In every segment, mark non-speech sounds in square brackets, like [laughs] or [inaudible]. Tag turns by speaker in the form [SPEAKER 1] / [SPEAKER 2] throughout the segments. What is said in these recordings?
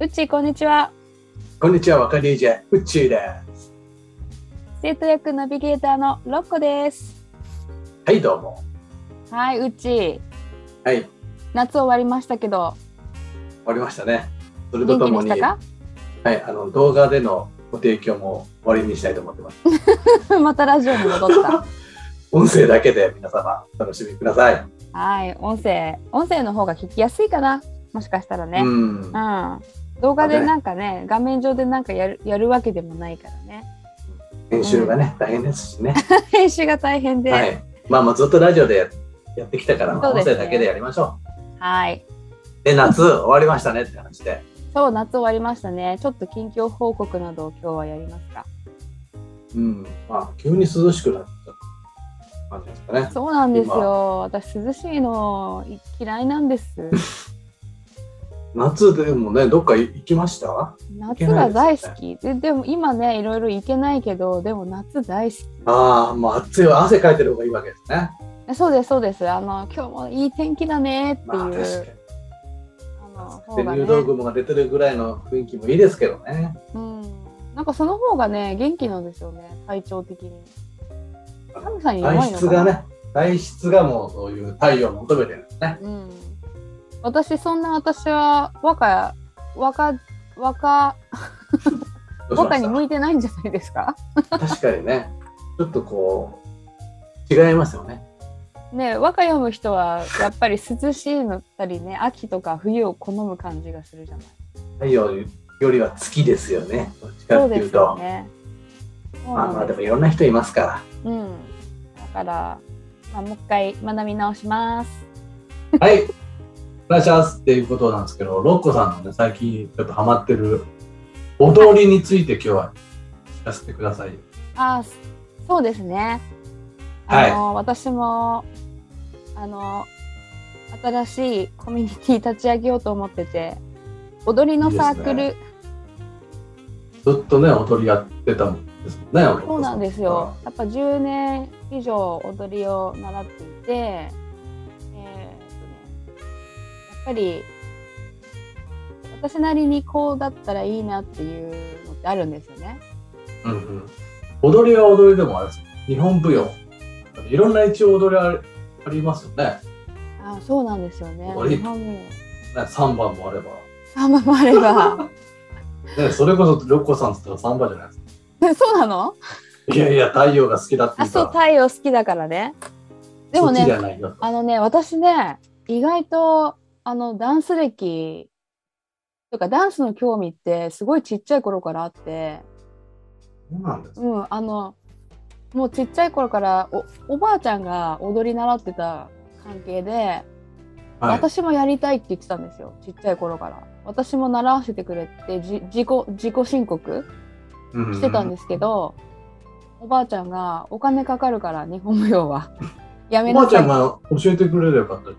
[SPEAKER 1] うっちーこんにちは
[SPEAKER 2] こんにちは、若 DJ、うっちーです。
[SPEAKER 1] 生徒役ナビゲーターのロッコです
[SPEAKER 2] はい、どうも。
[SPEAKER 1] はいうっちー
[SPEAKER 2] はい、終
[SPEAKER 1] 夏終わりましたけど
[SPEAKER 2] わりましたね。それと
[SPEAKER 1] 元
[SPEAKER 2] と
[SPEAKER 1] 気
[SPEAKER 2] も
[SPEAKER 1] で
[SPEAKER 2] に、
[SPEAKER 1] した
[SPEAKER 2] は
[SPEAKER 1] か
[SPEAKER 2] い、あの動画でのご提供も終わりにしたいと思ってま
[SPEAKER 1] [laughs]
[SPEAKER 2] す。
[SPEAKER 1] またラジオに戻
[SPEAKER 2] [laughs]
[SPEAKER 1] った
[SPEAKER 2] 音声だけで皆様、お楽しみください。
[SPEAKER 1] はい音声音声の方が聞きやすいかなもしかしたらね
[SPEAKER 2] う
[SPEAKER 1] うん、
[SPEAKER 2] ん、
[SPEAKER 1] 動画で
[SPEAKER 2] そうね
[SPEAKER 1] なんかね画面上でなんかやるやるわけでもないからね [laughs]
[SPEAKER 2] 編集がね、大変ですしね。
[SPEAKER 1] 編集が大変では、
[SPEAKER 2] はいい、まあ、もうずっとラジオでやってきたから、まあ
[SPEAKER 1] そうで
[SPEAKER 2] 音
[SPEAKER 1] すね
[SPEAKER 2] 声だけでやりましょう。で、夏終わりましたねって話で。
[SPEAKER 1] そう夏終わりましたねちょっと近況報告などを今日はやりますか
[SPEAKER 2] うん、まあ、急に涼しくなった感じですかね。
[SPEAKER 1] そうなんですよ。私涼しいのい嫌いなんです。
[SPEAKER 2] 夏でもね、どっか行きました
[SPEAKER 1] 夏が大好き。ででも今ねいろいろ行けないけどでも夏大好
[SPEAKER 2] ああ、もう暑いわ、汗かいてる方がいいわけですね。
[SPEAKER 1] き。そうですそうです。あの今日もいい天気だねっていう、
[SPEAKER 2] まあ、確かに。
[SPEAKER 1] あの方
[SPEAKER 2] で
[SPEAKER 1] が
[SPEAKER 2] 入道
[SPEAKER 1] ね。
[SPEAKER 2] 雲が出てるぐらいの雰囲気もいいですけどね。
[SPEAKER 1] うん。なんかその方がね元気なんですよね体調的に。寒さに弱いのか
[SPEAKER 2] 体
[SPEAKER 1] な。
[SPEAKER 2] 質がね、体質がもうそういう太陽を求めてるんですね。
[SPEAKER 1] うん。私そんな私は若若若
[SPEAKER 2] どうしま
[SPEAKER 1] 若
[SPEAKER 2] し
[SPEAKER 1] に
[SPEAKER 2] た
[SPEAKER 1] 向いてないんじゃないですか。
[SPEAKER 2] 確かにね、ちょっとこう、違いますよね。
[SPEAKER 1] ね、和歌読む人はやっぱり涼しいのったりね秋とか冬を好む感じがするじゃない
[SPEAKER 2] 太陽よりは月ですよね、どっちか
[SPEAKER 1] そ
[SPEAKER 2] っ
[SPEAKER 1] う
[SPEAKER 2] てい
[SPEAKER 1] で
[SPEAKER 2] う
[SPEAKER 1] す
[SPEAKER 2] と。
[SPEAKER 1] よねそう
[SPEAKER 2] まあま
[SPEAKER 1] な
[SPEAKER 2] あ、
[SPEAKER 1] ん
[SPEAKER 2] で
[SPEAKER 1] です
[SPEAKER 2] もいろんな人いますから。
[SPEAKER 1] うんだから、まあ、もう一回学び直します
[SPEAKER 2] はい。お願いしますっていうことなんですけど、ロッコさんのね、最近ちょっとハマってる踊りについて今日は聞かせてくださいよ。
[SPEAKER 1] あーそそうですね
[SPEAKER 2] はい
[SPEAKER 1] あの、私もあの新しいコミュニティ立ち上げようと思ってて踊りのサークル
[SPEAKER 2] いいずっとね、踊りやってたもんですもんね、ロッコさ
[SPEAKER 1] そうなんですよ。やっぱ10年以上踊りを習っていて、えーっとね、やっぱり私なりにこうだったらいいなっていうのってあるんですよね。
[SPEAKER 2] うんうん、踊りは踊りでもあれですよ日本舞踊いろんな一応踊りありありますよね
[SPEAKER 1] あそうなんですよね。
[SPEAKER 2] あれ
[SPEAKER 1] 日本も。
[SPEAKER 2] ねサンバもあれば、
[SPEAKER 1] サンバもあれ [laughs] ば。
[SPEAKER 2] ね、それこそロッコさんっつったらサンバじゃないですか
[SPEAKER 1] そうなの
[SPEAKER 2] いやいや太陽が好きだって言
[SPEAKER 1] あ、
[SPEAKER 2] うか
[SPEAKER 1] そう、
[SPEAKER 2] ら
[SPEAKER 1] 太陽好きだからね。で
[SPEAKER 2] そ
[SPEAKER 1] も
[SPEAKER 2] っちじ
[SPEAKER 1] ね、
[SPEAKER 2] ゃないよ
[SPEAKER 1] あのね、私ね、意外と、あの、ダンス歴、とか、ダンスの興味って、すごいちっちゃい頃からあって、
[SPEAKER 2] そうなんですよ
[SPEAKER 1] うん、あのもうちっちゃい頃からおおばあちゃんが踊り習ってた関係で、
[SPEAKER 2] はい、、
[SPEAKER 1] 私もやりたいって言ってたんですよちっちゃい頃から私も習わせてくれってじ自己自己申告してたんですすけど、おばあちゃんがお金かかるから日本舞踊
[SPEAKER 2] [laughs]
[SPEAKER 1] はやめ
[SPEAKER 2] おば
[SPEAKER 1] な
[SPEAKER 2] あち
[SPEAKER 1] さ
[SPEAKER 2] ゃ
[SPEAKER 1] いっ
[SPEAKER 2] ん
[SPEAKER 1] て
[SPEAKER 2] が教えてくれればよかっ
[SPEAKER 1] 教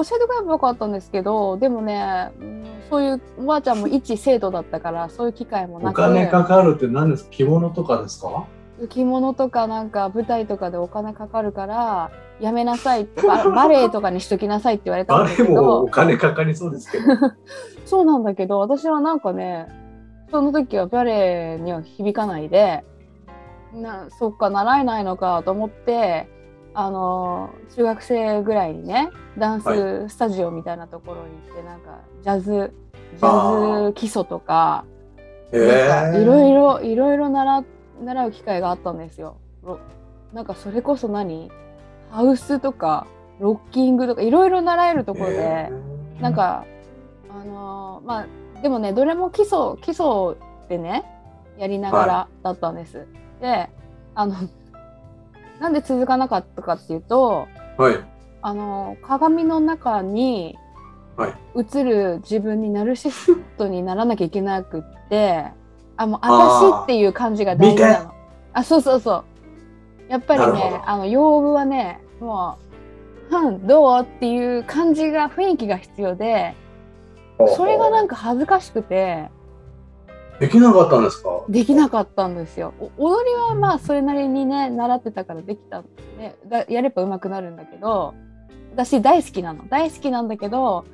[SPEAKER 1] えてくればよかったんですけどでもねうんそういうおばあちゃんも一生徒だったからそういう機会も
[SPEAKER 2] たお
[SPEAKER 1] なく
[SPEAKER 2] 金かかるって何ですか着物とかですか
[SPEAKER 1] 着物とかなんか舞台とかでお金かかるからやめなさい
[SPEAKER 2] [laughs]
[SPEAKER 1] ってババレエとかにしときなさいって言われたん
[SPEAKER 2] あ
[SPEAKER 1] だけ
[SPEAKER 2] れもお
[SPEAKER 1] ど
[SPEAKER 2] 金かかりそうです
[SPEAKER 1] [laughs]
[SPEAKER 2] けど
[SPEAKER 1] そうなんだけど私はなんかねその時はバレエには響かないでなそっか習えないのかと思ってあの中学生ぐらいにねダンススタジオみたいなところに行ってなんかジャズジャズ基礎とか
[SPEAKER 2] え
[SPEAKER 1] なんかいろ
[SPEAKER 2] い
[SPEAKER 1] いろいろいろ習習う機会があったんですよ。ろなんかそれこそ何ハウスとかロッキングとかいろいろ習えるところで、なんかあのーまあでもねどれも基礎基礎でねやりながらだったんです。であのなんで続かなかったかっていうと
[SPEAKER 2] はい
[SPEAKER 1] あの鏡の中に
[SPEAKER 2] はい
[SPEAKER 1] 映る自分にナルシストにならなきゃいけなくってあもう私っていう感じが大事なのあそうそうそうやっぱり
[SPEAKER 2] なるほ
[SPEAKER 1] ね
[SPEAKER 2] ど
[SPEAKER 1] あの用具はねもう「うんどう?」っていう感じが雰囲気が必要でそれがなんか恥ずかしくて
[SPEAKER 2] できなかったんですか
[SPEAKER 1] できなかったんですよお踊りはまあそれなりにね習ってたからできたんでねだやれば上手くなるんだけど私大好きなの大好きなんだけど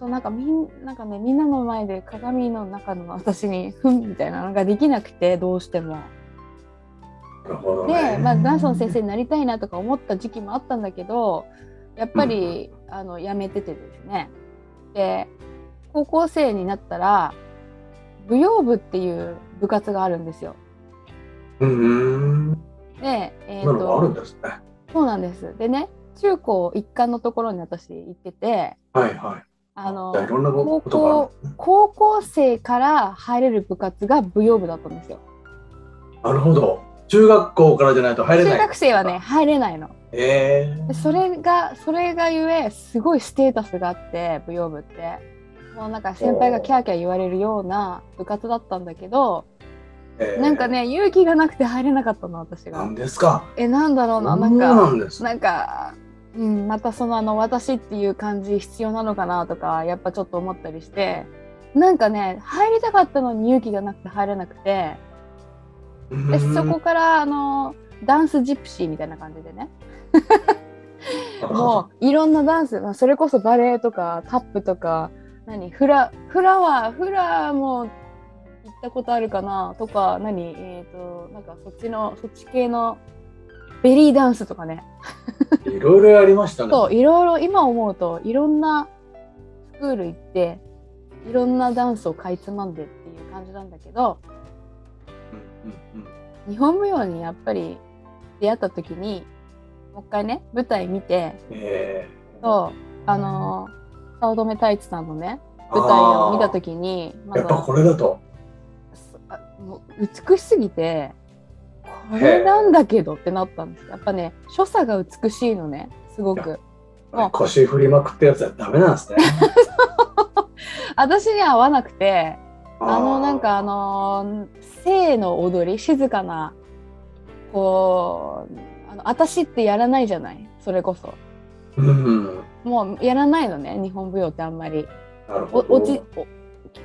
[SPEAKER 1] そうなんかみんなんかねみんなの前で鏡の中の私にふんみたいなのができなくてどうしても。
[SPEAKER 2] なるほどね。
[SPEAKER 1] で、まあ、元祖の先生になりたいなとか思った時期もあったんだけどやっぱり、あのやめててですねで高校生になったら舞踊部っていう部活があるんですよ。
[SPEAKER 2] うんうん。
[SPEAKER 1] で、えー
[SPEAKER 2] そんなのがあるん
[SPEAKER 1] と
[SPEAKER 2] ですね。
[SPEAKER 1] そうなんですでね中高一貫のところに私行ってて
[SPEAKER 2] はいはい。
[SPEAKER 1] あの
[SPEAKER 2] じゃいろんなこ
[SPEAKER 1] 高
[SPEAKER 2] とがある
[SPEAKER 1] 校。高校生から入れる部活が舞踊部だったんですよ。
[SPEAKER 2] なるほど。中学校からじゃないと入れ
[SPEAKER 1] 中
[SPEAKER 2] ない。
[SPEAKER 1] 学生はね入れないの。
[SPEAKER 2] ええ
[SPEAKER 1] でそれがそれがゆえすごいステータスがあって舞踊部ってもうなんか先輩がキャーキャー言われるような部活だったんだけど
[SPEAKER 2] ええ
[SPEAKER 1] なんか。ね勇気がなくて入れなかったの私
[SPEAKER 2] な
[SPEAKER 1] が
[SPEAKER 2] ん。ですか。
[SPEAKER 1] えなんだろ
[SPEAKER 2] そうう
[SPEAKER 1] なな
[SPEAKER 2] な
[SPEAKER 1] んか
[SPEAKER 2] んです。
[SPEAKER 1] なんか、うん、またそのあの私っていう感じ必要なのかなとかやっぱちょっと思ったりしてなんかね入りたかったのに勇気がなくて入れなくてでそこからあのダンスジプシーみたいな感じでねもういろんなダンス、まあ、それこそバレエとかタップとか何フラフラはフラも行ったことあるかなとか何えっ、となんかそっちのそっち系のベリーダンスとかね
[SPEAKER 2] うんいろいろやりましたね。
[SPEAKER 1] そういろいろ今思うといろんなスクール行っていろんなダンスをかいつまんでっていう感じなんだけど
[SPEAKER 2] うんうんうん
[SPEAKER 1] 日本舞踊にやっぱり出会った時にもう一回ね舞台見て
[SPEAKER 2] ええ
[SPEAKER 1] そうあの早乙女太一さんのね舞台を
[SPEAKER 2] あー
[SPEAKER 1] 見た時にま
[SPEAKER 2] や
[SPEAKER 1] ず
[SPEAKER 2] っぱこれだと。
[SPEAKER 1] そあもう美しすぎてこれなんだけどってなったんですやっぱね所作が美しいのねすご
[SPEAKER 2] い
[SPEAKER 1] くあ
[SPEAKER 2] 腰振りまくったやつはダメなんですね。
[SPEAKER 1] 私には合わなくて [laughs] あの
[SPEAKER 2] ー
[SPEAKER 1] なんかあのー静の踊り静かなこうあの私ってやらないじゃないそれこそ
[SPEAKER 2] うん。
[SPEAKER 1] もうやらないのね日本舞踊ってあんまり
[SPEAKER 2] なるほど。
[SPEAKER 1] お落ちお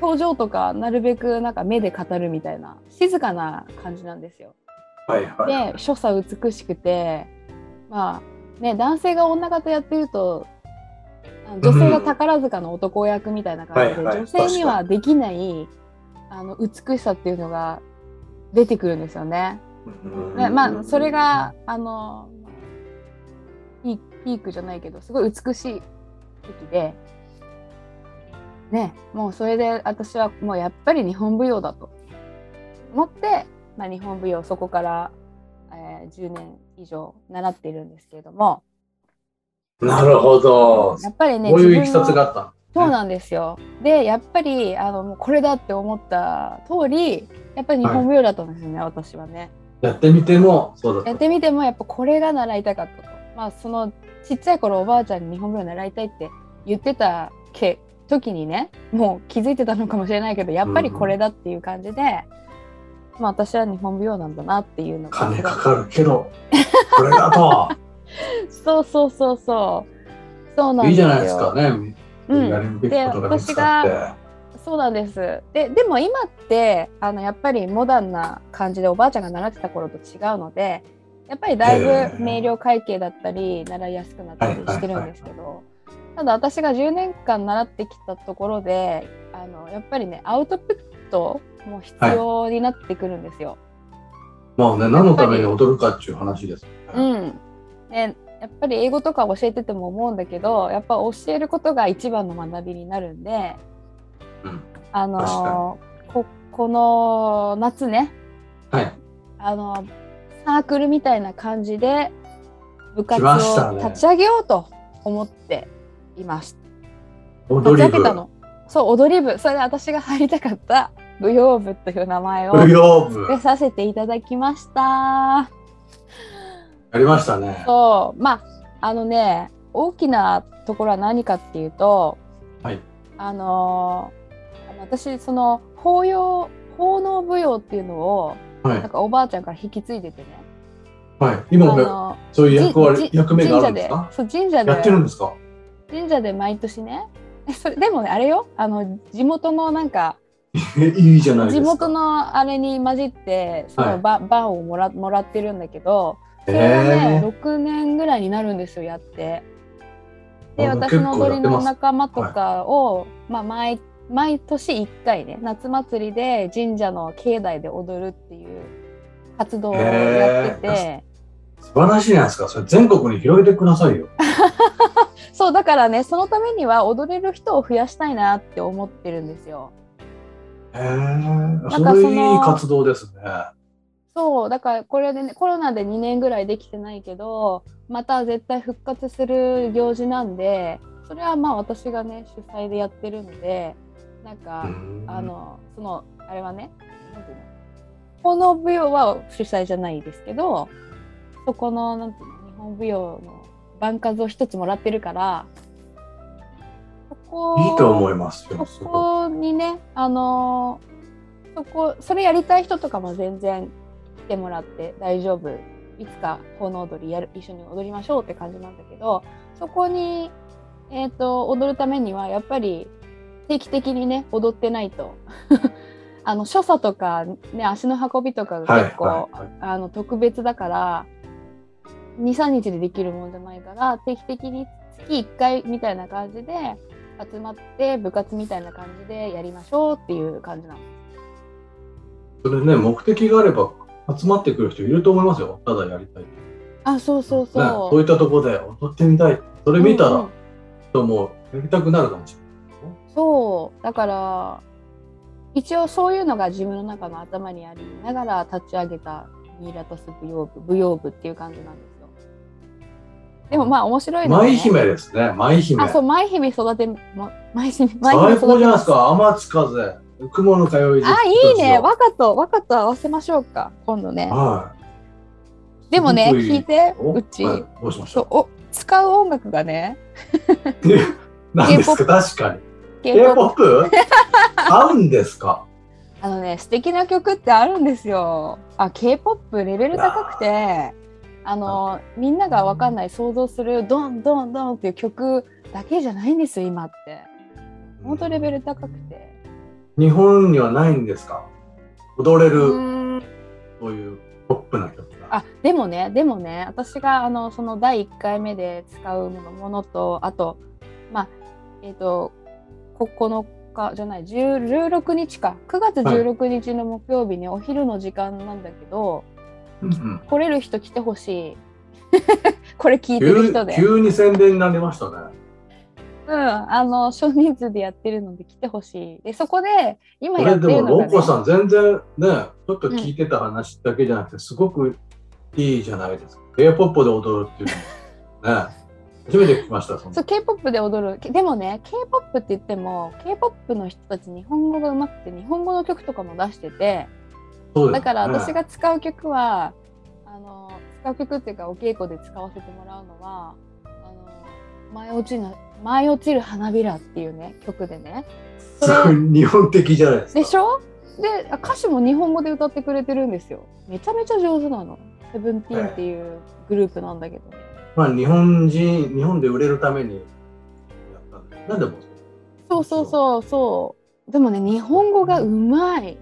[SPEAKER 1] 表情とかなるべくなんか目で語るみたいな静かな感じなんですよ
[SPEAKER 2] はいはい。
[SPEAKER 1] で所作美しくてまあね男性が女方やってるとあの女性が宝塚の男役みたいな感じで、
[SPEAKER 2] うんはいはい
[SPEAKER 1] 女性にはできないあの美しさっていうのが出てくるんですよね。
[SPEAKER 2] うん
[SPEAKER 1] ねまあそれ。があのピーピークじゃないけどすごい美しい時で。ね、もうそれで私はもうやっぱり日本舞踊だと思って、まあ、日本舞踊そこから、えー10年以上習っているんですけれども
[SPEAKER 2] なるほど。
[SPEAKER 1] やっぱりね
[SPEAKER 2] こういういき
[SPEAKER 1] 自分
[SPEAKER 2] さ
[SPEAKER 1] の
[SPEAKER 2] つがあった。
[SPEAKER 1] そうなんですよ。でやっぱりあのもうこれだって思った通りやっぱり日本舞踊だったんですよね、私はね。
[SPEAKER 2] やってみてもそうだ
[SPEAKER 1] や
[SPEAKER 2] っ
[SPEAKER 1] ってみてもやっぱこれが習いたかったと。まあそのちっちゃい頃おばあちゃんに日本舞踊習いたいって言ってたけ時にねもう気づいてたのかもしれないけどやっぱりこれだっていう感じで、まあ私は日本舞踊なんだなっていうの
[SPEAKER 2] た。金かかるけど、これ
[SPEAKER 1] [laughs]
[SPEAKER 2] だと。
[SPEAKER 1] そうそうそうそうそうなんで
[SPEAKER 2] いい
[SPEAKER 1] す
[SPEAKER 2] じ
[SPEAKER 1] よ
[SPEAKER 2] ゃないですかね。
[SPEAKER 1] うん
[SPEAKER 2] やるべきことが見つか
[SPEAKER 1] で
[SPEAKER 2] って。
[SPEAKER 1] そうなんですででも今ってあのやっぱりモダンな感じでおばあちゃんが習ってた頃と違うのでやっぱりだいぶ明瞭会計だったり習いやすくなったりしてるんですけどただ私が10年間習ってきたところであのやっぱりねアウトプットも必要になってくるんですよ。
[SPEAKER 2] まあね、何のために踊るかっていう話ですよね。
[SPEAKER 1] うんね、やっぱり英語とか教えてても思うんだけどやっぱ教えることが一番の学びになるんで、
[SPEAKER 2] うん
[SPEAKER 1] あのここの夏ね
[SPEAKER 2] はい。
[SPEAKER 1] あのサークルみたいな感じで部活
[SPEAKER 2] 来ました
[SPEAKER 1] を
[SPEAKER 2] ね
[SPEAKER 1] 立ち上げようと思っていました。
[SPEAKER 2] 踊り
[SPEAKER 1] 立ち上げた
[SPEAKER 2] 部、
[SPEAKER 1] のそう踊り部それで私が入りたかった舞踊部という名前を
[SPEAKER 2] 舞踊部、
[SPEAKER 1] 付けさせていただきました。
[SPEAKER 2] やりましたね。
[SPEAKER 1] そうまああのね大きなところは何かっていうと、
[SPEAKER 2] はい
[SPEAKER 1] あのーあの私その法要奉納舞踊っていうのを
[SPEAKER 2] は
[SPEAKER 1] なん
[SPEAKER 2] い。
[SPEAKER 1] かおばあちゃんから引き継いでてね、
[SPEAKER 2] はい。今
[SPEAKER 1] あ
[SPEAKER 2] も
[SPEAKER 1] の
[SPEAKER 2] そういう役
[SPEAKER 1] じじ
[SPEAKER 2] 割、役目があるんです
[SPEAKER 1] 神社
[SPEAKER 2] か
[SPEAKER 1] でそう神社
[SPEAKER 2] やってるん
[SPEAKER 1] で
[SPEAKER 2] ですか
[SPEAKER 1] 神社で毎年ね [laughs] それでもねあれよあの地元のなんか
[SPEAKER 2] えいいじゃないです
[SPEAKER 1] 地
[SPEAKER 2] か。
[SPEAKER 1] 元のあれに混じってそ
[SPEAKER 2] は
[SPEAKER 1] の
[SPEAKER 2] い
[SPEAKER 1] バ,、バーをもらもらってるんだけどそれがね、
[SPEAKER 2] え
[SPEAKER 1] 6年ぐらいになるんですよやって。
[SPEAKER 2] え
[SPEAKER 1] で
[SPEAKER 2] あ
[SPEAKER 1] 私の踊りの
[SPEAKER 2] 結
[SPEAKER 1] 仲間とかを、まあ、毎毎年1回ね夏祭りで神社の境内で踊るっていう活動をやってて、
[SPEAKER 2] 素晴らしいじゃないですか。それ全国に広げてくださいよ。
[SPEAKER 1] そうだからねそのためには踊れる人を増やしたいなって思ってるんですよ。
[SPEAKER 2] へえ。
[SPEAKER 1] かそ
[SPEAKER 2] そ
[SPEAKER 1] の
[SPEAKER 2] れいい活動ですね。
[SPEAKER 1] そうだからこれでねコロナで2年ぐらいできてないけどまた絶対復活する行事なんでそれはまあ私がね主催でやってるんでなんか、
[SPEAKER 2] うん
[SPEAKER 1] あのそのあれはねなんていうのこの舞踊は主催じゃないですけどそこのなんていうの日本舞踊の番数を一つもらってるからそこ
[SPEAKER 2] いいと思いますよ。す
[SPEAKER 1] そ
[SPEAKER 2] ご
[SPEAKER 1] こにね、あのーそこそれやりたい人とかも全然来てもらって大丈夫いつか奉納踊りやる一緒に踊りましょうって感じなんだけどそこに、えー、と踊るためにはやっぱり定期的にね踊ってないと [laughs] あの所作とか、ね、足の運びとか
[SPEAKER 2] いはい
[SPEAKER 1] が結構、
[SPEAKER 2] はいはい。
[SPEAKER 1] あの特別だから23日でできるもんじゃないから定期的に月1回みたいな感じで集まって部活みたいな感じでやりましょうっていう感じなの。
[SPEAKER 2] それね目的があれば集まってくる人いると思いますよ。ただやりたい。
[SPEAKER 1] あそうそうそう。
[SPEAKER 2] ね、そういったところで踊ってみたい。それ見た
[SPEAKER 1] うんう
[SPEAKER 2] ら
[SPEAKER 1] ん
[SPEAKER 2] 人もやりたくなるかもしれない。
[SPEAKER 1] そうだから一応そういうのが自分の中の頭にありながら立ち上げたミイラトス舞踊部舞踊部っていう感じなんですよ。でもまあ面白いのはね
[SPEAKER 2] 舞姫ですね。舞姫。
[SPEAKER 1] あそう舞姫育てま舞姫舞姫
[SPEAKER 2] 最
[SPEAKER 1] 育て
[SPEAKER 2] 高じゃない
[SPEAKER 1] ま
[SPEAKER 2] ですか。天津風。雲の通いです。
[SPEAKER 1] あ、いいね。和歌と和歌と合わせましょうか。今度ね。
[SPEAKER 2] はい。
[SPEAKER 1] でもね、
[SPEAKER 2] すご
[SPEAKER 1] 聞いて、
[SPEAKER 2] お
[SPEAKER 1] うち。
[SPEAKER 2] はいどうしまし
[SPEAKER 1] そ
[SPEAKER 2] た
[SPEAKER 1] うお使う音楽がね、
[SPEAKER 2] [laughs] 何ですか確かに。
[SPEAKER 1] K-POP [laughs]
[SPEAKER 2] K-POP? 合うんですか
[SPEAKER 1] あのね、素敵な曲ってあるんですよ。あ、K-POP レベル高くて、あの、みんながわかんない想像するドンドンドンっていう曲だけじゃないんですよ、今って。本当レベル高くて。
[SPEAKER 2] 日本にはないんですか踊れ
[SPEAKER 1] う
[SPEAKER 2] る、
[SPEAKER 1] ーん
[SPEAKER 2] そういうポップな曲が。
[SPEAKER 1] あでもねでもね私があのその第1回目で使うものものとあとまあえっ、と9日じゃない10 16日か9月16日の木曜日にお昼の時間なんだけど、
[SPEAKER 2] うんうん
[SPEAKER 1] 来れる人来てほしい [laughs] これ聞いてる
[SPEAKER 2] 急
[SPEAKER 1] 人で、
[SPEAKER 2] 急に宣伝になりましたね。
[SPEAKER 1] うん、あの少人数でやってるので来てほしいでそこで今
[SPEAKER 2] こ
[SPEAKER 1] や
[SPEAKER 2] れ
[SPEAKER 1] って
[SPEAKER 2] で
[SPEAKER 1] る
[SPEAKER 2] も、
[SPEAKER 1] の
[SPEAKER 2] ロ
[SPEAKER 1] が、
[SPEAKER 2] ッ
[SPEAKER 1] ね
[SPEAKER 2] コ、さん、全然ね、ちょっと聞いてた話だけじゃなくて、すごくいいじゃないですか。K-POP で踊るっていうの
[SPEAKER 1] [laughs]
[SPEAKER 2] もね、初めて聞きました、そんな
[SPEAKER 1] そう K-POP で踊るけでもね K-POP って言っても K-POP の人たち日本語がうまくて日本語の曲とかも出してて
[SPEAKER 2] そうですね
[SPEAKER 1] だから私が使う曲は、あの使う曲っていうかお稽古で使わせてもらうのは「あの舞い落ちる舞い落ちる花びら」っていうね曲でねそれ
[SPEAKER 2] すごい日本的じゃないですか。
[SPEAKER 1] でしょであ歌詞も日本語で歌ってくれてるんですよめちゃめちゃ上手なのセブンティーンっていうグループなんだけどね
[SPEAKER 2] まあ、日本人、日本で売れるためにやったんですね、でも。
[SPEAKER 1] そうそうそうそう。でもね、日本語がうまい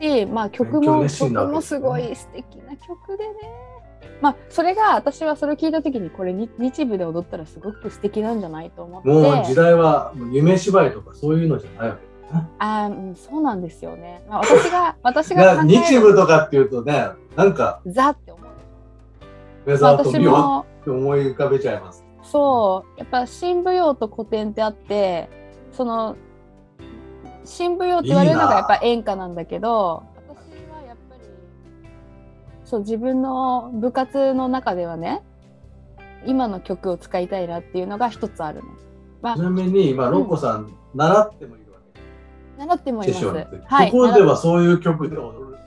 [SPEAKER 1] し、まあ曲
[SPEAKER 2] 勉強
[SPEAKER 1] も、
[SPEAKER 2] 熱心
[SPEAKER 1] 曲
[SPEAKER 2] なわけ
[SPEAKER 1] も
[SPEAKER 2] です
[SPEAKER 1] す
[SPEAKER 2] ね
[SPEAKER 1] ごい素敵な曲でね。まあそれが私はそれを聞いた時にこれに日舞で踊ったらすごく素敵なんじゃないと思って
[SPEAKER 2] もう時代はもう夢芝居とかそういうのじゃないわけですね。
[SPEAKER 1] あー、うん、そうなんですよね、まあ、私が私
[SPEAKER 2] だ
[SPEAKER 1] が
[SPEAKER 2] から
[SPEAKER 1] 考え
[SPEAKER 2] 日
[SPEAKER 1] る
[SPEAKER 2] 舞とかっていうとね、なんか
[SPEAKER 1] ザって思う、
[SPEAKER 2] 目
[SPEAKER 1] まあ、
[SPEAKER 2] 沢と
[SPEAKER 1] 私
[SPEAKER 2] 美を
[SPEAKER 1] も
[SPEAKER 2] って思い浮かべちゃいます。
[SPEAKER 1] そうやっぱ新舞踊と古典ってあってその新舞踊って言われるのがやっぱ演歌なんだけど私はやっぱりそう自分の部活の中ではね今の曲を使いたいなっていうのが一つあるの。まあ
[SPEAKER 2] ちなみに今、ロッコさん、習ってもいるわ
[SPEAKER 1] 習っても
[SPEAKER 2] け
[SPEAKER 1] いますす。
[SPEAKER 2] で師匠について。
[SPEAKER 1] はい、
[SPEAKER 2] ところで
[SPEAKER 1] 習っ
[SPEAKER 2] はそういう曲で踊る踊ったり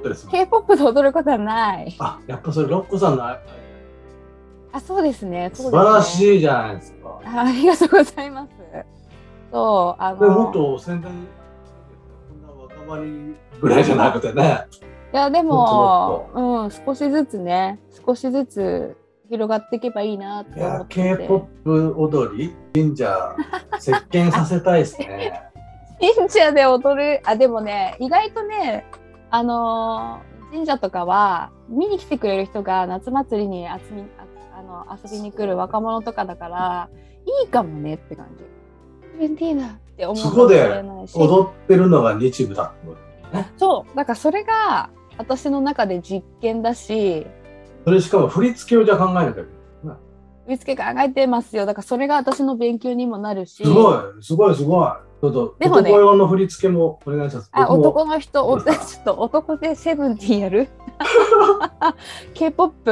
[SPEAKER 2] するんですか
[SPEAKER 1] K-POP で踊ることはない。
[SPEAKER 2] あ、やっぱそれロッコさんのアイデ
[SPEAKER 1] あそうですね。
[SPEAKER 2] ア
[SPEAKER 1] そ
[SPEAKER 2] 素
[SPEAKER 1] うですね
[SPEAKER 2] 晴らしいじゃないですか。
[SPEAKER 1] あ。ありがとうございます。そうあの
[SPEAKER 2] でもっと宣伝こんな若張りぐらいじゃなくてね。
[SPEAKER 1] いやで
[SPEAKER 2] も
[SPEAKER 1] も、うん、少しずつね少しずつ広がっていけばいいなって
[SPEAKER 2] い
[SPEAKER 1] 思
[SPEAKER 2] や
[SPEAKER 1] っ、てて
[SPEAKER 2] K-POP 踊り、神社、石鹸させたいですね。
[SPEAKER 1] 神社で踊るあでもね意外とねあのー神社とかは見に来てくれる人が夏祭りに集みああの遊びに来る若者とかだからいいかもねって感じ。セブンティーンだって思う
[SPEAKER 2] そこで
[SPEAKER 1] かもしれないし
[SPEAKER 2] 踊ってるのが日舞だってこと
[SPEAKER 1] そうだからそれが私の中で実験だし
[SPEAKER 2] それしかも振り付けをじゃあ考えなきゃいけない
[SPEAKER 1] 見つけ考えてますよだからそれが私の勉強にもなるし
[SPEAKER 2] すごいすごいすごいちょっと
[SPEAKER 1] でもね
[SPEAKER 2] 男用の振り付けもお願いします
[SPEAKER 1] あ
[SPEAKER 2] 僕も
[SPEAKER 1] 男の人お [laughs] ちょっと男でセブンティーンやる [laughs] k p o p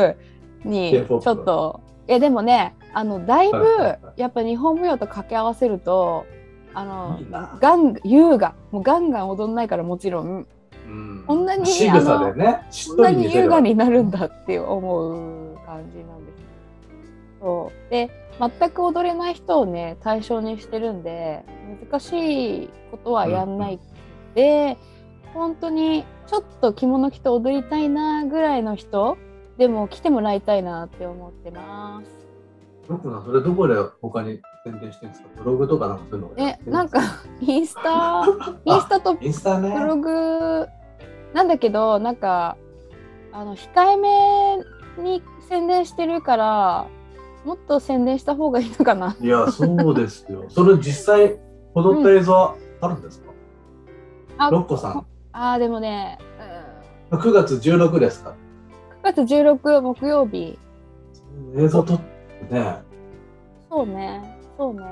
[SPEAKER 1] にちょ
[SPEAKER 2] K-POP
[SPEAKER 1] っとえでもねあのだいぶ
[SPEAKER 2] はいはいは
[SPEAKER 1] やっぱ日本舞踊と掛け合わせるとあの
[SPEAKER 2] いいな
[SPEAKER 1] ガン優雅もうガンガン踊んないからもちろん
[SPEAKER 2] うん
[SPEAKER 1] こんなに
[SPEAKER 2] 仕草でねし
[SPEAKER 1] こ
[SPEAKER 2] っ
[SPEAKER 1] ん
[SPEAKER 2] と
[SPEAKER 1] な
[SPEAKER 2] り見
[SPEAKER 1] に
[SPEAKER 2] せ
[SPEAKER 1] 優
[SPEAKER 2] る
[SPEAKER 1] 雅になるんだって思う感じなんですね。そうで全く踊れない人をね対象にしてるんで難しいことはやんないで、本当にちょっと着物着て踊りたいなぐらいの人でも来てもらいたいなって思ってます。
[SPEAKER 2] ロックさんそれどこで他に宣伝してるんですかブログとかなんかそういうの
[SPEAKER 1] えなん
[SPEAKER 2] か
[SPEAKER 1] かインスタインスタと
[SPEAKER 2] インスタね
[SPEAKER 1] ブログなんだけどなんかあの控えめに宣伝してるからもっと宣伝した方がいいのかない
[SPEAKER 2] やそうですよそれ実際踊った映像はあるんですか、
[SPEAKER 1] あ
[SPEAKER 2] ロッコさん
[SPEAKER 1] [laughs] あーでもね、
[SPEAKER 2] 9月16ですか
[SPEAKER 1] うん、9月16木曜日
[SPEAKER 2] 映像撮ってね
[SPEAKER 1] そうねそうね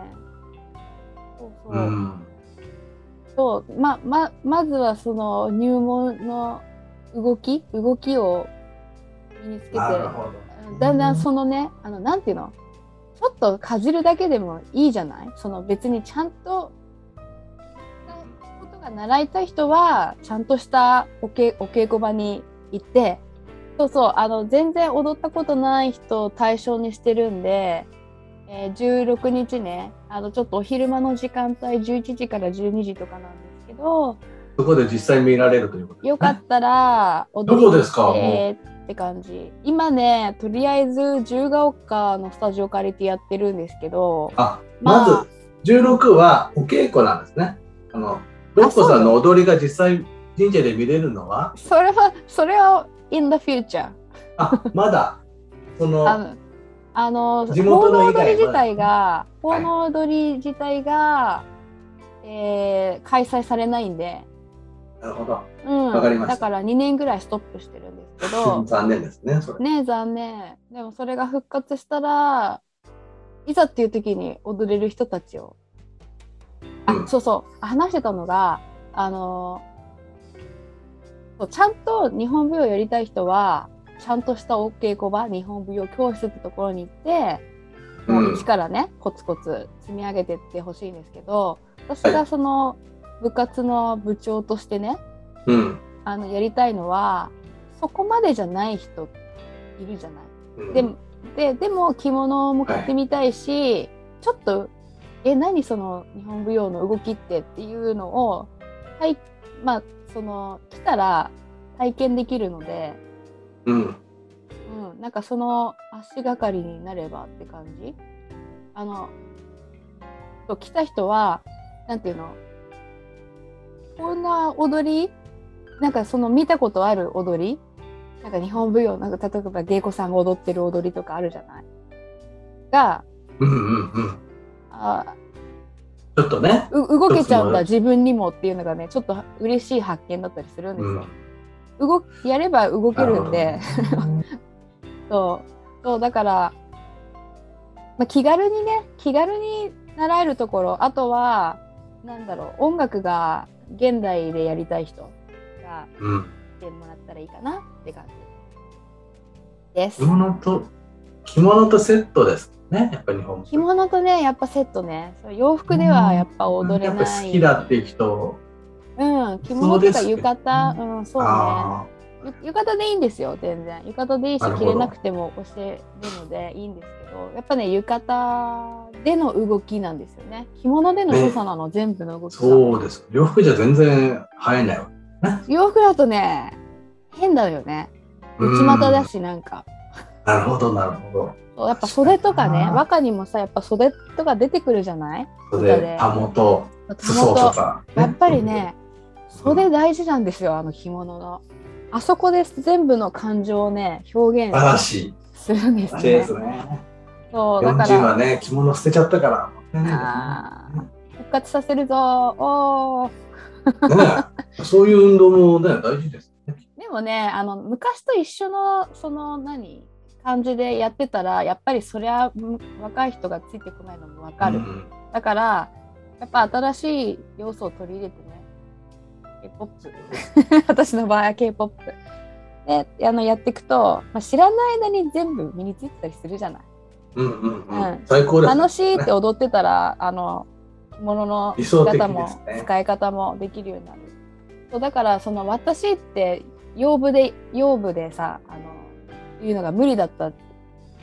[SPEAKER 1] そうそう、
[SPEAKER 2] うん
[SPEAKER 1] そうまままずはその入門の動き動きを身につけて
[SPEAKER 2] なるほど
[SPEAKER 1] うんだんだんそのねあのなんていうのちょっとかじるだけでもいいじゃないその別にちゃんとことが習いたい人はちゃんとしたおけお稽古場に行ってそうそうあの全然踊ったことない人を対象にしてるんで、えー16日ねあのちょっとお昼間の時間帯11時から12時とかなんですけど
[SPEAKER 2] そこで実際見られるということ
[SPEAKER 1] よかったら踊り
[SPEAKER 2] どこですかも
[SPEAKER 1] えーって感じ今ねとりあえず自由が丘のスタジオ借りてやってるんですけど
[SPEAKER 2] あ
[SPEAKER 1] まあ
[SPEAKER 2] まず16はお稽古なんですねあのロッコさんの踊りが実際神社で見れる
[SPEAKER 1] [laughs]
[SPEAKER 2] のは
[SPEAKER 1] それはそれは in the future
[SPEAKER 2] あまだそ
[SPEAKER 1] あ
[SPEAKER 2] の
[SPEAKER 1] のあの
[SPEAKER 2] 地
[SPEAKER 1] 奉
[SPEAKER 2] 元
[SPEAKER 1] 納
[SPEAKER 2] の以
[SPEAKER 1] 踊
[SPEAKER 2] 外
[SPEAKER 1] り自体が
[SPEAKER 2] は
[SPEAKER 1] 奉納踊り自体が、えー開催されないんで、
[SPEAKER 2] なるほど
[SPEAKER 1] うん、
[SPEAKER 2] わかりました
[SPEAKER 1] だから2年ぐらいストップしてるんですけど
[SPEAKER 2] 残念ですねそれ
[SPEAKER 1] ねえ残念でもそれが復活したらいざっていう時に踊れる人たちをあ、
[SPEAKER 2] うん
[SPEAKER 1] そうそう話してたのがあのそうちゃんと日本舞踊やりたい人はちゃんとしたお稽古場日本舞踊教室ってところに行って、もう一からねコツコツ積み上げてってほしいんですけど私がその部活の部長としてね
[SPEAKER 2] うん
[SPEAKER 1] あのやりたいのはそこまでじゃない人いるじゃない。
[SPEAKER 2] うん
[SPEAKER 1] でもででも着物も買ってみたいし、ちょっとえ何その日本舞踊の動きってっていうのをはいまあその来たら体験できるので、
[SPEAKER 2] う
[SPEAKER 1] う
[SPEAKER 2] ん
[SPEAKER 1] ん、なんかその足がかりになればって感じあのそう来た人はなんていうのこんな踊りなんかその見たことある踊りなんか日本舞踊なんか例えば芸妓さんが踊ってる踊りとかあるじゃないが
[SPEAKER 2] うんうんうん
[SPEAKER 1] あ
[SPEAKER 2] ちょっとね
[SPEAKER 1] う動けちゃうんだ
[SPEAKER 2] 一
[SPEAKER 1] 自分にもっていうのがねちょっと嬉しい発見だったりするんです
[SPEAKER 2] うん
[SPEAKER 1] よ。動きやれば動けるん
[SPEAKER 2] な
[SPEAKER 1] で
[SPEAKER 2] るほど
[SPEAKER 1] そうそうだから、まあ、気軽にね気軽に習えるところあとはなんだろう音楽が現代でやりたい人が
[SPEAKER 2] うん
[SPEAKER 1] 来てもらったらいいかなって感じです
[SPEAKER 2] 着。物と着物とセットですねやっぱり日本
[SPEAKER 1] 着物とねやっぱセットねそう洋服ではやっぱ踊れ
[SPEAKER 2] やっ
[SPEAKER 1] な
[SPEAKER 2] ぱ
[SPEAKER 1] い、
[SPEAKER 2] 好きだっていう人
[SPEAKER 1] うん、着物とか
[SPEAKER 2] そうです
[SPEAKER 1] 浴
[SPEAKER 2] ね
[SPEAKER 1] 衣うんそうね
[SPEAKER 2] あ
[SPEAKER 1] ゆ浴衣でいいんですよ全然浴衣でいいし
[SPEAKER 2] なるほ
[SPEAKER 1] 着
[SPEAKER 2] ど
[SPEAKER 1] れなくても教えるのでいいんですけどやっぱね浴衣での動きなんですよね着物での所作なの、全部の動
[SPEAKER 2] ー
[SPEAKER 1] きが
[SPEAKER 2] そうです洋服じゃ全然入えないわ
[SPEAKER 1] 洋服だとね変だよね
[SPEAKER 2] うん
[SPEAKER 1] 内股だしなんか
[SPEAKER 2] なるほどなるほど
[SPEAKER 1] そうやっぱ袖とかね
[SPEAKER 2] 確かにな
[SPEAKER 1] 和歌にもさやっぱ袖とか出てくるじゃない
[SPEAKER 2] そ
[SPEAKER 1] そう
[SPEAKER 2] れ
[SPEAKER 1] だね
[SPEAKER 2] でたもと
[SPEAKER 1] 手
[SPEAKER 2] 裾と
[SPEAKER 1] 元
[SPEAKER 2] か、
[SPEAKER 1] やっぱりね、袖大事なんですよあの着物のあそこで全部の感情をね表
[SPEAKER 2] 素晴ら
[SPEAKER 1] 現
[SPEAKER 2] しい
[SPEAKER 1] するんですよ
[SPEAKER 2] 素敵で
[SPEAKER 1] ね
[SPEAKER 2] すね
[SPEAKER 1] そうだから
[SPEAKER 2] 40はね、着物捨てちゃったから、もったいな
[SPEAKER 1] あー復活させるぞーおー
[SPEAKER 2] いですね。ねそういう運動もね、大事ですね。
[SPEAKER 1] でもねあの昔と一緒のその何感じでやってたらやっぱりそりゃむ若い人がついてこないのもわかる、
[SPEAKER 2] うん
[SPEAKER 1] だからやっぱ新しい要素を取り入れてね k p o p [laughs] 私の場合は k p o p であのやっていくと、まあ、知らない間に全部身についてたりするじゃない
[SPEAKER 2] うんうんう
[SPEAKER 1] うん
[SPEAKER 2] ん。最高ですね。
[SPEAKER 1] 楽しいって踊ってたら、あの着物の
[SPEAKER 2] 理
[SPEAKER 1] 着
[SPEAKER 2] 想的
[SPEAKER 1] 方
[SPEAKER 2] で
[SPEAKER 1] も、
[SPEAKER 2] すね。
[SPEAKER 1] 使い方もできるようになるそうだからその私って用部で用部でさあのいうのが無理だった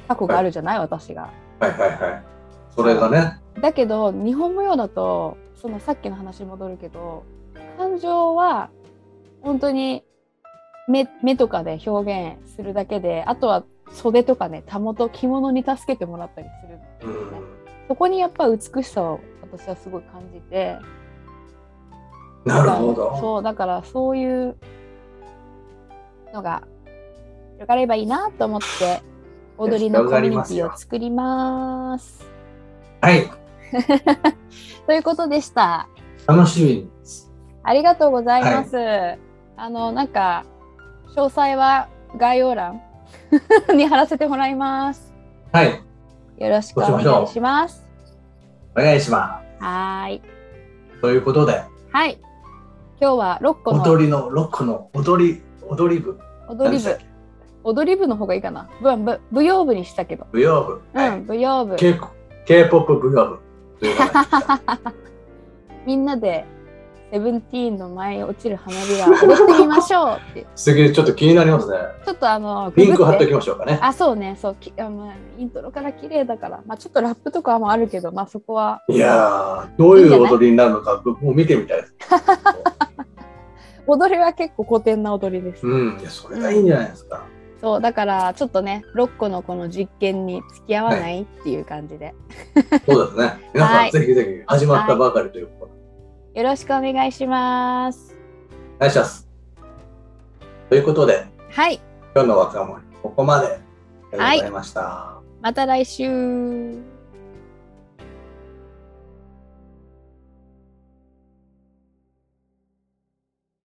[SPEAKER 1] 過去があるじゃない、私が
[SPEAKER 2] はいはいはい。それがね、
[SPEAKER 1] だけど日本舞踊だとそのさっきの話に戻るけど感情は本当に目目とかで表現するだけであとは袖とかねたもと着物に助けてもらったりする
[SPEAKER 2] うん、
[SPEAKER 1] そこにやっぱ美しさを私はすごい感じて
[SPEAKER 2] なるほど。
[SPEAKER 1] そうだからそういうのが広がればいいなと思って踊りのコミュニティを作ります。
[SPEAKER 2] はい、
[SPEAKER 1] ということでした。
[SPEAKER 2] 楽しみに。
[SPEAKER 1] ありがとうございます。あのなんか詳細は概要欄 [laughs] に貼らせてもらいます。
[SPEAKER 2] はい、
[SPEAKER 1] よろしくお願いします。
[SPEAKER 2] お願いしま
[SPEAKER 1] はーい。
[SPEAKER 2] す。ということで、
[SPEAKER 1] はい。今日は6個の
[SPEAKER 2] 踊りのロックの踊り踊り部、
[SPEAKER 1] 踊り
[SPEAKER 2] 何でしたっ
[SPEAKER 1] 部
[SPEAKER 2] け、
[SPEAKER 1] 踊り部の方がいいかな。ぶぶ舞踊部にしたけど。
[SPEAKER 2] 舞踊部、
[SPEAKER 1] う
[SPEAKER 2] はい、
[SPEAKER 1] ん、舞踊部。
[SPEAKER 2] K K-POP 舞踊部とい
[SPEAKER 1] [laughs]
[SPEAKER 2] うことで
[SPEAKER 1] みんなでセブンティーンの前に落ちる花びら踊ってみましょう [laughs] って。
[SPEAKER 2] すげえちょっと気になりますね。
[SPEAKER 1] ちょっとあの、
[SPEAKER 2] リンク貼ってお
[SPEAKER 1] き
[SPEAKER 2] きましょうかね。
[SPEAKER 1] あ、そうね、そう、きあまあ、イントロから綺麗だから、まあちょっとラップとかもあるけど、まあそこは、
[SPEAKER 2] いやー、どういう踊りになるのか、僕もう見てみたいです。
[SPEAKER 1] 踊りは結構古典な踊りです。
[SPEAKER 2] うん、いやそれがいいんじゃないですか。
[SPEAKER 1] そう、だからちょっとね、6個のこの実験に付き合わないっていう感じで、
[SPEAKER 2] そうですね。皆
[SPEAKER 1] は
[SPEAKER 2] さ
[SPEAKER 1] い
[SPEAKER 2] ん、ぜひぜひ始まったばかりということで。
[SPEAKER 1] よろしくお願いします。
[SPEAKER 2] お願いします。ということで、
[SPEAKER 1] はい、
[SPEAKER 2] 今日の若者、ここまで。ありがとうございました。
[SPEAKER 1] また来週。